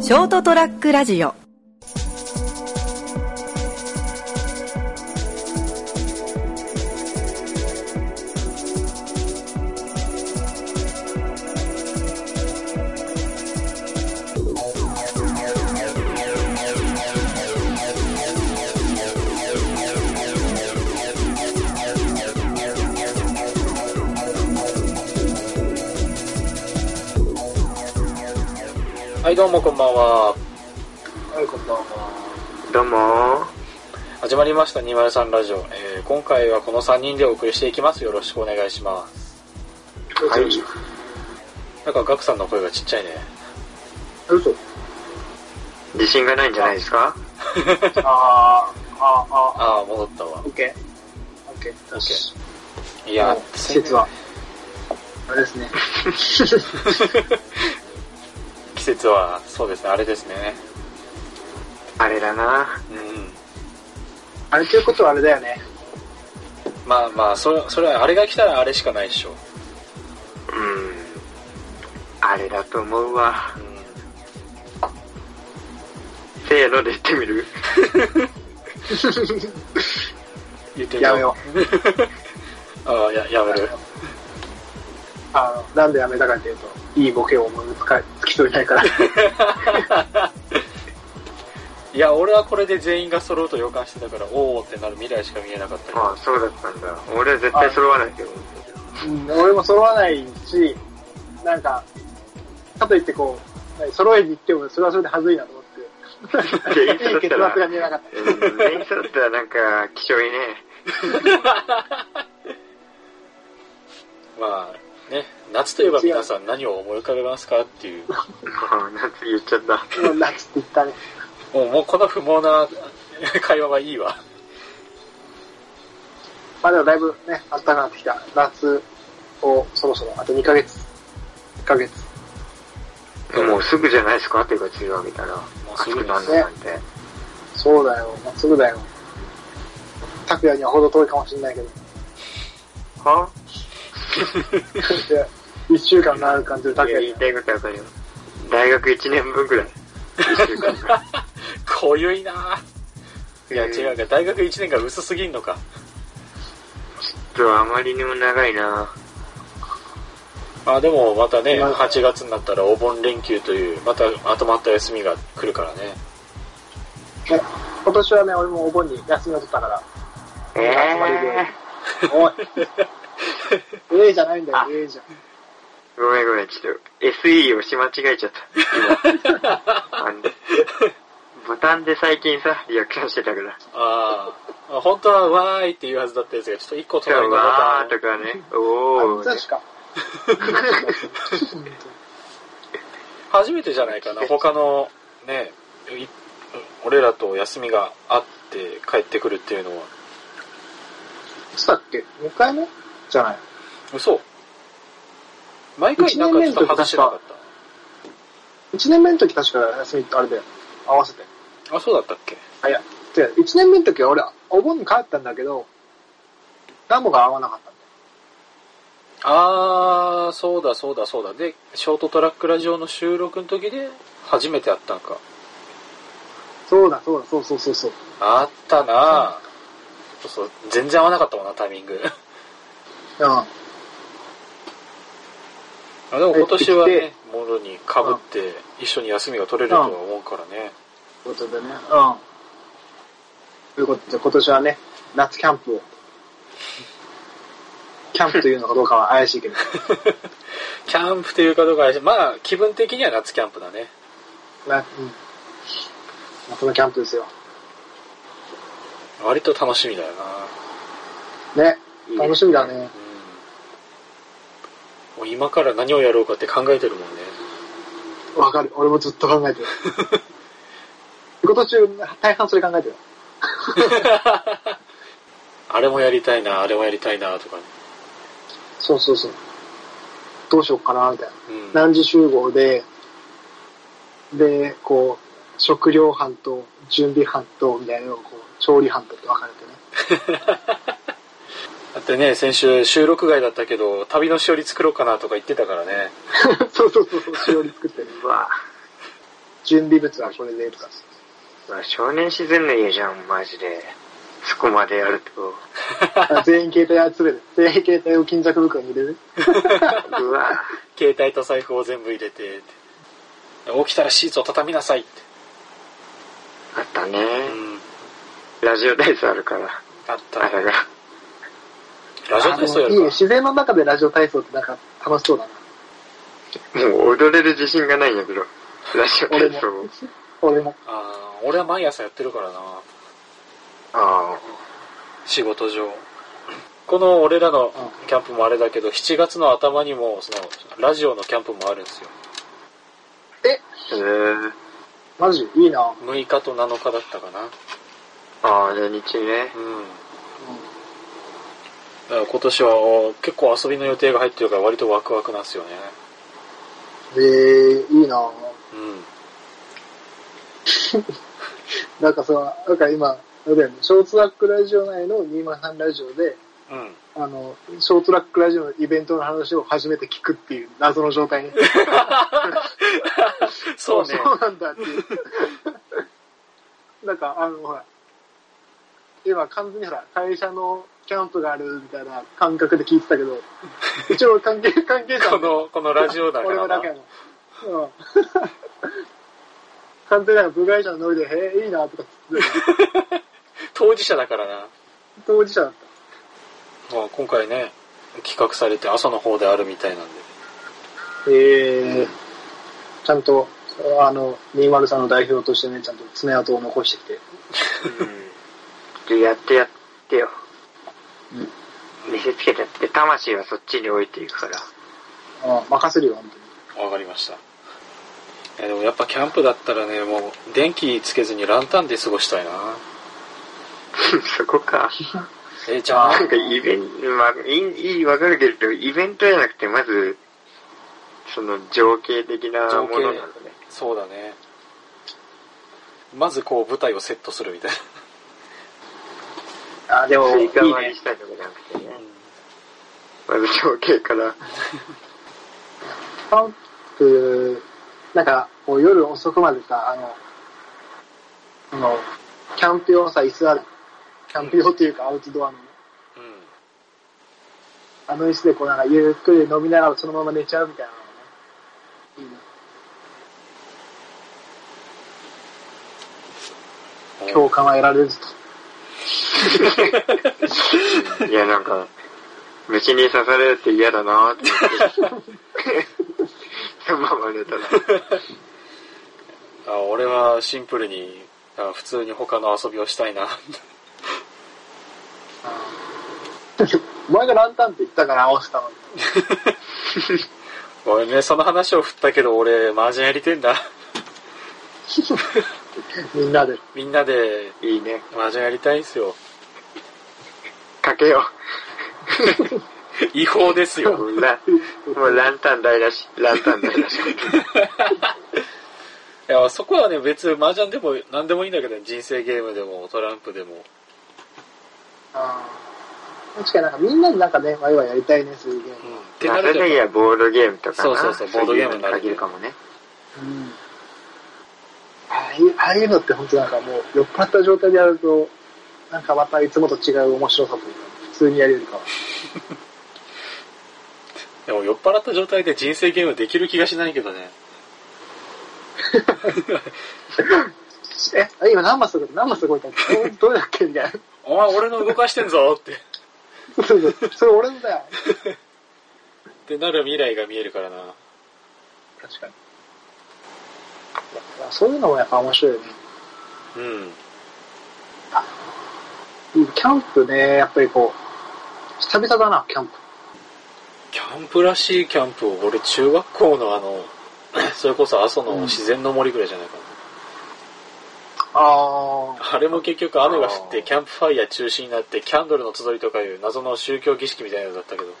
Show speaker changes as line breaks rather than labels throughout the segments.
ショートトラックラジオ
はい、どうもこんばんは。
はい、こんばんは。
どうもー
始まりました203ラジオ、えー今回はこの3人でお送りしていきます。よろしくお願いします。
はい。
なんか、ガクさんの声がちっちゃいね。
嘘。
自信がないんじゃないです
あ
か
ー、あー、あ
ああ、戻ったわ
ー、オ。ッケー。オッケー。
オッケ
ー。
ー。い
い
や、
季節は。、あれですね。
季節は、そうですね、あれですね。
あれだな
うん。
あれということはあれだよね。
まあまあ、それ、それは、あれが来たらあれしかないでしょ。
うん。あれだと思うわ。
うん。
せーので言ってみる
言ってみ
やめよう。
う。 ああ、や、やめる。
あの、なんでやめたかっていうと、いいボケを思いつか、つきそうにないから。
いや、俺はこれで全員が揃うと予感してたから、おおってなる未来しか見えなかったけど
ああ、そうだったんだ。俺は絶対揃わないけど。
うん、俺も揃わないし、なんか、かといってこう、何揃えに行っても、それはそれではずいなと思って。
じゃあ、いつ
い
だ
い
っ
結
た
末
ら、
が見えなかった。
うん、全員揃ったらなんか、気象いね。
まあ、ね、夏といえば皆さん何を思い浮かべますかって いう。
ああ、夏言っちゃった。
うん夏って言ったね。
もう、もうこの不毛な 会話はいいわ。
まあでもだいぶね、暖かくなってきた。夏をそろそろ、あと2ヶ月。1ヶ月。
もうすぐじゃないですかっていうか、梅雨明けたら。
うす
暑
ぐです
く
ね
なるのなんて。
そうだよ、まっすぐだよ。拓也にはほど遠いかもしれないけど。
は
一週間のある感じで
い
拓也
や、言い
に。
たいことわかるよ。大学1年分くらい。一週間くらい
濃ゆいなぁいや、
うん
違うか。大学1年が薄すぎんのか。
ちょっとあまりにも長いな
あ、でもまたね、
まあ
8月になったらお盆連休という、またまとまった休みが来るからね。
ね今年はね、俺もお盆に休みを取ったから。
え
集まり
え
でお い。ええじゃないんだよ
あ、
ええじゃん。
ごめんごめん、ちょっと SE を押し間違えちゃった。今あのボタンで最近さ、リアクションしてたから。
ああ、本当はわーいって言うはずだったやつが、ちょっと1個
じゃ
隣のボタ
わ
ン
ーとかね、お
あ
ー、
確か。
初めてじゃないかな。他のね、い俺らと休みがあって帰ってくるっていうのは。
したっけ ?2 回目じゃない。
嘘毎回なんかちょっと外してなかっ
1年目の時確か休みってあれだよ。合わせて。
た。あ、そうだったっけ
あ、いや、違う。1年目の時は俺、お盆に帰ったんだけど、何もが合わなかったんだよ。
あー、そうだそうだそうだ。で、ショートトラックラジオの収録の時で初めて会ったんか。
そうだ、そうだ、そうそうそうそう。
あったなぁ。そうそう、全然合わなかったもんな、タイミング。
うん。
あでも今年は
え
ね、もろに被って一緒に休みが取れるとは思うからね。
ということでね。うん。ということで、今年はね、夏キャンプを。キャンプというのかどうかは怪しい けど。
キャンプというかどうかは怪しいまあ、気分的には夏キャンプだね。
なうん。夏のキャンプですよ。
割と楽しみだよな
ね。
いいね
楽しみだね。
うん。もう今から何をやろうかって考えてるもんね。
わかる。俺もずっと考 えてる。今年中、大半それ考えてる。
あれもやりたいな、あれもやりたいな、とかね。
そうそうそう。どうしようかな、みたいな。
うん。
何時集合で、で、こう、食料班と準備班と、みたいなのをこう、調理班とって分かれてね。
だってね、先週収録外だったけど、旅のしおり作ろうかなとか言ってたからね。
そうそうそうそう、しおり作ってる。
うわ
準備物はこれで とか。
まあ、少年自然の家じゃん、マジで。そこまでやると。
あ全員携帯集める。全員携帯を巾着袋に入れる。
うわぁ。
携帯と財布を全部入れてって起きたらシーツを畳みなさいって、
あったね。
うん、
ラジオ体操あるから。
あった
あれが。
ラジオ体操や
あのいいね。
るか
自然の中でラジオ体操ってなんか楽しそうだな。
もう踊れる自信がないんやけど。ラジオ
俺
体
も
操。。
俺も。
あー俺は毎朝やってるからな
あ
仕事上この俺らのキャンプもあれだけど7月の頭にもそのラジオのキャンプもあるんですよ
あ。へえ。
マジいいな。うん
6日と7日だったかな
ああ、土日ね。
うんだから今年はお結構遊びの予定が入ってるから割とワクワクなんですよね
えー、いいな。
うん
なんかさ、なんか今、あれだよね、ショートトラックラジオ内の203ラジオで、
うん、
あの、ショートトラックラジオのイベントの話を初めて聞くっていう謎の状態に。
そうね
そうなんだっていう。 なんか、あの、ほら、今完全にほら、会社のキャンプがあるみたいな感覚で聞いて たけど、一応関係、関係者
このこのラジオだか
俺
ら
も
な
だけやな。うん。完全な部外者のノリで、へえ、いいなとか言ってたけど
当事者だからな
当事者だった。
まあ、今回ね企画されて朝の方であるみたいなんで
ええちゃんと、あの、203の代表としてね、ちゃんと爪痕を残してきて。
うん。で、やってやってよ。
うん
見せつけてやって、魂はそっちに置いていくから。
あ任せるよ、本当に。
わかりましたいやでもやっぱキャンプだったらねもう電気つけずにランタンで過ごしたいな
そこか。
えじゃあ
なんかイベント、まあ、いい、いい、わかるけど、イベントじゃなくて、まず、その情景的な
情
も
景
のなのね。
そうだねまずこう舞台をセットするみたい
あ、で
スイカ
いい
割り
ね。
したりとかじゃなくてね
な、。
まず情景から。
キャンプ、なんか、こう夜遅くまでさ、あの、あの、キャンプ用のさ、椅子ある。キャンプ用っていうか、アウトドアの。
うん、うん
あの椅子でこうなんかゆっくり飲みながらそのまま寝ちゃうみたいなのがね。いいね。共感は得られると。
いや、なんか、虫に刺されるって嫌だなーって思って。そのまま寝たら。
あ俺はシンプルにあ普通に他の遊びをしたいな
お前がランタンって言ったから合わせたのに。
俺ねその話を振ったけど俺麻雀やりてんだ
みんな で。
みんなで
いいね。
麻雀やりたいんすよ
かけよ
違法です
う。
よ
もうラもうランタン台らしい。ランタン台らしい。
いやそこはね別に麻雀でも何でもいいんだけど人生ゲームでもトランプでも
確かになんかみんなでなんかね、ワイワイやりたいね、そういうゲー
う
ム
んって
ま
な
あ、
る
そ
と
れにはボードゲームとか
そ
な。
うそうそうボードゲームになる
そういうのに限るかもね。
うん。ああいうああいうのって本当なんかもう酔っ払った状態でやると、なんかまたいつもと違う面白さというか、普通にやるよりかは。
でも酔っ払った状態で人生ゲームできる気がしないけどね
え、あ今何マス動いた何マス動いたのえどれだっけみたいな。
「お前俺の動かしてんぞ」ってっ
そうそうそう。それ俺のだよ。
てなる未来が見えるからな
確かに。いやそういうのもやっぱ面白いよね。
うん
キャンプね、やっぱりこう、久々だな、キャンプ。
キャンプらしいキャンプを俺中学校のあの それこそ阿蘇の自然の森ぐらいじゃないかな、
あ
あれも結局雨が降ってキャンプファイヤー中止になってキャンドルの集いとかいう謎の宗教儀式みたいなのだったけど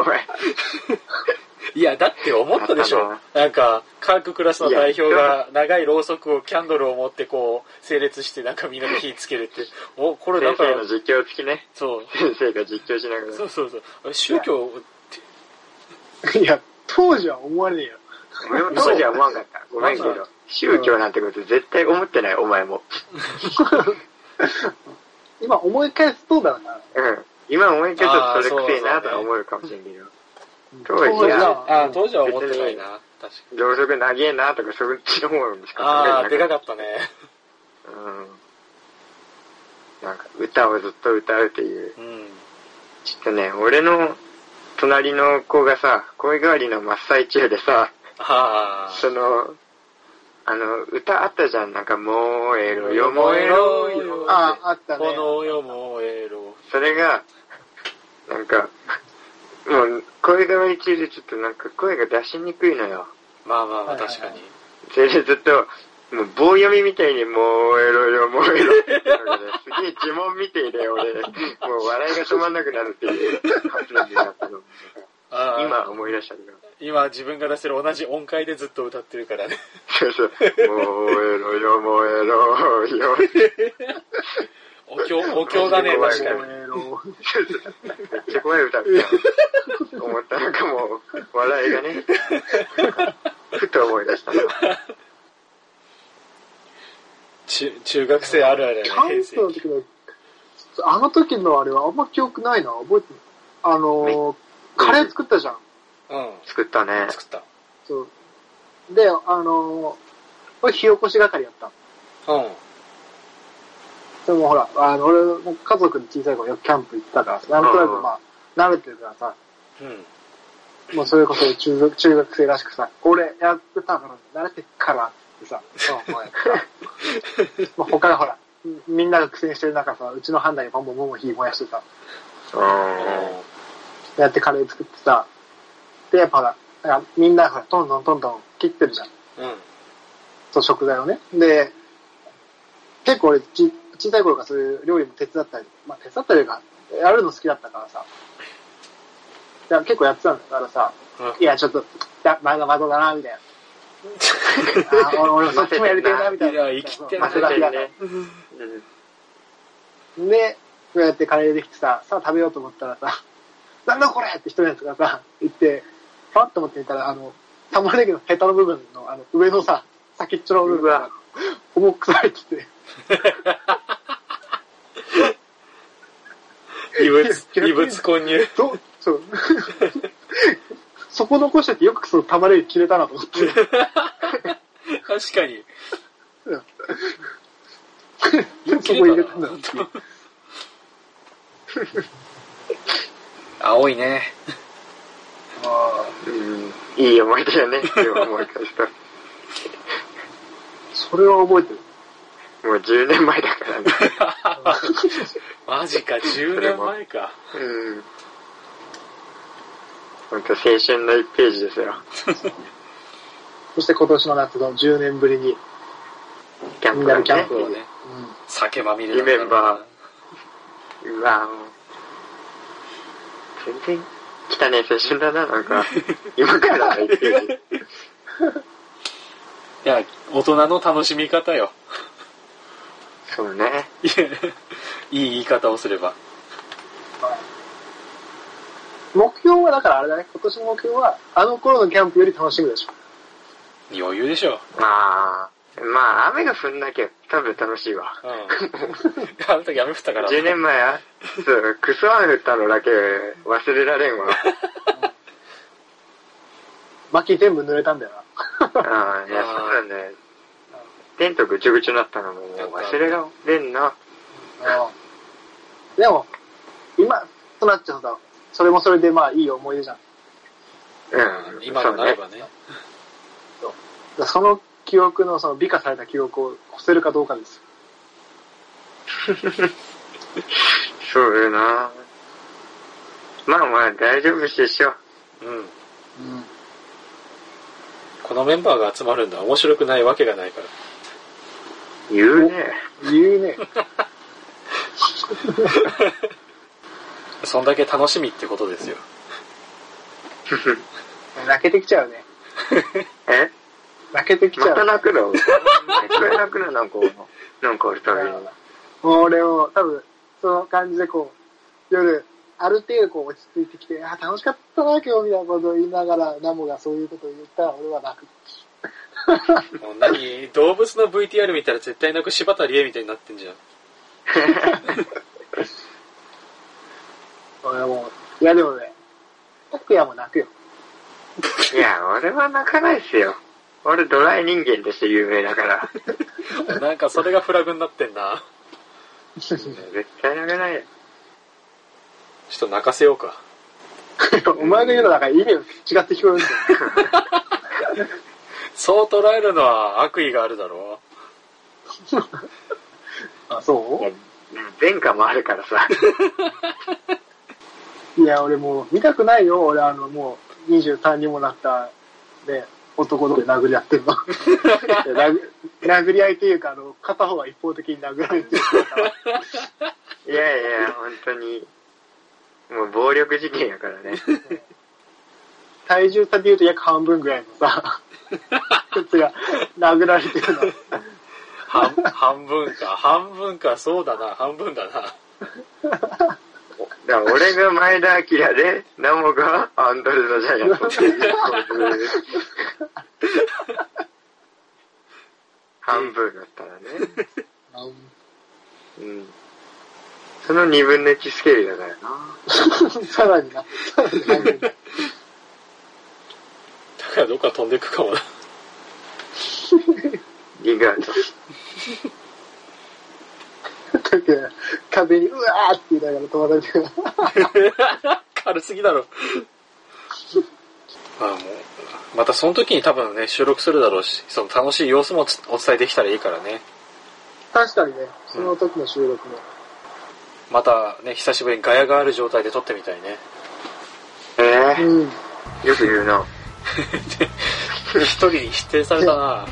お前。
いや、だって思ったでしょ。なんか、各クラスの代表が長いろうそくをキャンドルを持ってこう、整列してなんかみんなで火つけるって。 お、これだ
先
か
生
ら
の、実況付きね。
そう。
先生が実況しながら。
そうそうそう。あれ宗教、
あ。いや、当時は思わねえよ。
俺も当時は思わんかった。ごめんけ
ま
ど
だ。
宗教なんてこと絶対思ってない、お前も。
今思い返すとだな。
うん。今思い返すとそれくせえなとは思うかもしれんけど。
当
当時
時
は、
は
あ、当時は思ってないな。確かに。
ろうそく長えなとか、そっちの方しか
ああ、
考え
で
てな
か
い。
かったね。
うん。なんか、歌をずっと歌うっていう。
うん。
ちょっとね、俺の隣の子がさ、声変わりの真っ最中でさ、
ああ。
その、あの、歌あったじゃん、なんか、もえろよ、もえろよ。
ああ、あったね
こ。の世もえろ。
それが、なんか、もう、声変わり中でちょっとなんか声が出しにくいのよ。
まあまあまあ、
はいはいはい
確かに。
それでずっと、もう棒読みみたいに、もうえろよ、もうえろって言うのがね。すげえ呪文みたいで、俺、もう笑いが止まんなくなるっていう発言になった の。
あー
今思い出したけど。
今自分が出してる同じ音階でずっと歌ってるからね。
そうそう。もうえろよ、もうえろよ。
お経、お経だね、
怖い
確かに。
燃えろ
めっちゃ怖い歌だったよ思ったなんかもう、笑いがね、ふと思い出したな。
中、中学生あるあるやね
キ、ャ
平
ンプの
成期。
時の、あの時のあれはあんま記憶ないな、覚えてない。あのー、カレー作ったじゃん。
うん。
作ったね。
作った。
そう。で、あのー、これ火起こし係やった。
うん。
でもほら、あの、俺も家族の小さい頃よくキャンプ行ってたからさ、なんとなくまあ、慣れてるからさ、
うん。
もうそれこそ中学中学生らしくさ、これやってたから、慣れてっからってさ、うんお前まあ他がほら、みんなが苦戦してる中さ、うちの判断にボンボンボンボン火燃やしてさ、
うん。
やってカレー作ってさ、で、やっぱほら、なんかみんなほら、どんどんどんどん切ってるじゃん。
うん。
そう、食材をね。で、結構俺、ち小さい頃からそういう料理も手伝ったり、まあ手伝ったりが、やるの好きだったからさ。だから結構やってたんだからさ、
うん
いや、ちょっと、だまだまだだな、みたいな。あー俺俺もそっちもやりたいな、みたいな。
いや生きてな
まあ
い
それだけだから
ね。うん
で、こうやってカレーできてさ、さあ食べようと思ったらさ、なんだこれって一人のやつがさ、言って、パッと持ってみたら、あの、玉ねぎのヘタの部分の、あの、上のさ、先っちょの部分
う
が
わ、
重くされてて、
異物、異物混 入。
どう、そう。そこ残しててよくその玉ねぎ切れたなと思って。
確かに。
そこ入れたんだろうっていう。
青いね。
うんいい思い出だね、今思い返すと。
それは覚えてる。
もう10年前だからね。
マジか、10年前か。
うん。ほんと青春の1ページですよ。
そして今年の夏の10年ぶりに、
キャン
み
プ
んな
だ
でキャン
ね。
プ
そ
を
う
ね
ね。。酒まみれ
リメンバーうわもう全然来たね、青春だな、な んか。今から1ページ。
ー。いや、大人の楽しみ方よ。
そうね。
いやいい言い方をすれば。
うん目標はだからあれだね、今年の目標は、あの頃のキャンプより楽しむでしょ。
余裕でしょ。
まあ、まあ、雨が降んなきゃ多分楽しいわ。
うん。 あの時雨降ったから。
10年前は、そう、クソ雨降ったのだけ忘れられ んわ。
薪全部濡れたんだよ
ああ、いや、そうなんだよ。テントぐちょぐちょになったのももう忘れられんな。
な。うんでも、今となっちゃうと、それもそれでまあいい思い出じゃん。だ
うん、
今
そ
と
う
なれ
ね。
ばね。
からその記憶のその美化された記憶を越せるかどうかですよ。
そうよな。まあまあ、大丈夫でしょ。
うん。このメンバーが集まるんだ面白くないわけがないから。
言うね。
言うね。
そんだけ楽しみってことですよ。
泣けてきちゃうね。
え
泣けてきち
ま
ゃ
た
う。
泣くのめっちゃ泣くのなんか、なんかあるたびに。
もう俺も多分、その感じでこう、夜、ある程度こう落ち着いてきて、あ、楽しかったな、今日みたいなことを言いながら、ナモがそういうことを言ったら俺は泣く。
もう何動物の VTR 見たら絶対なく柴田理恵みたいになってんじゃん。
俺はもう、いやでもね、奥也も泣くよ。
いや、俺は泣かないっすよ。俺ドライ人間として有名だから。
なんかそれがフラグになってんな。
絶対泣かないよ。
ちょっと泣かせようか。
お前の言うのなんか意味が違って聞こえるんだよ。
そう捉えるのは悪意があるだろ
あ、
い
そ
や前科もあるか らさ。
ういや、俺もう見たくないよ。俺あの、もう23にもなった、ね、男同士で殴り合ってるの。 いや殴殴り合いというか、あの、片方が一方的に殴られてるから。
いやいや、本当に。もう暴力事件やからね。
体重差で言うと約半分ぐらいの さ、やつが殴られてるの。
う。半半分か。半分か。そうだな。半分だな。
だから俺が前田明で、ナモがアンドレ・ザ・ジャ イアントっていう構図半分だったらね。うん。その二分の一スケールだからな。
さらにな。さらに殴る
だからどっか飛んでいくかもな。
リガード。
だけど壁にうわーって言いながら飛ばされてる。
軽すぎだ ろ。ああもう、またその時に多分ね、収録するだろうし、その楽しい様子もつお伝えできたらいいからね。
確かにね、その時の収録も。
またね、久しぶりにガヤがある状態で撮ってみたいね。
ええ
うん。
よく言うな。
一人に否定されたな。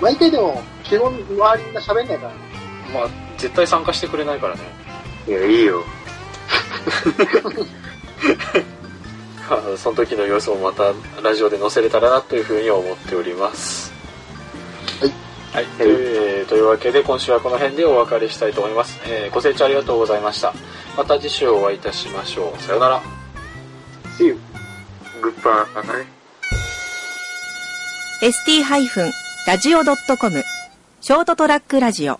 毎回でも、基本周りみんな喋んないからね。
まあ、絶対参加してくれないからね。
いや、いいよ。
あのその時の様子をまたラジオで載せれたらなというふうに思っております。
は
は
い。
い、というというわけで今週はこの辺でお別れしたいと思います。えーご清聴ありがとうございました。また次週お会いいたしましょう。さようなら。
See you.
グッバイ。
ST-radio.com ショートトラックラジオ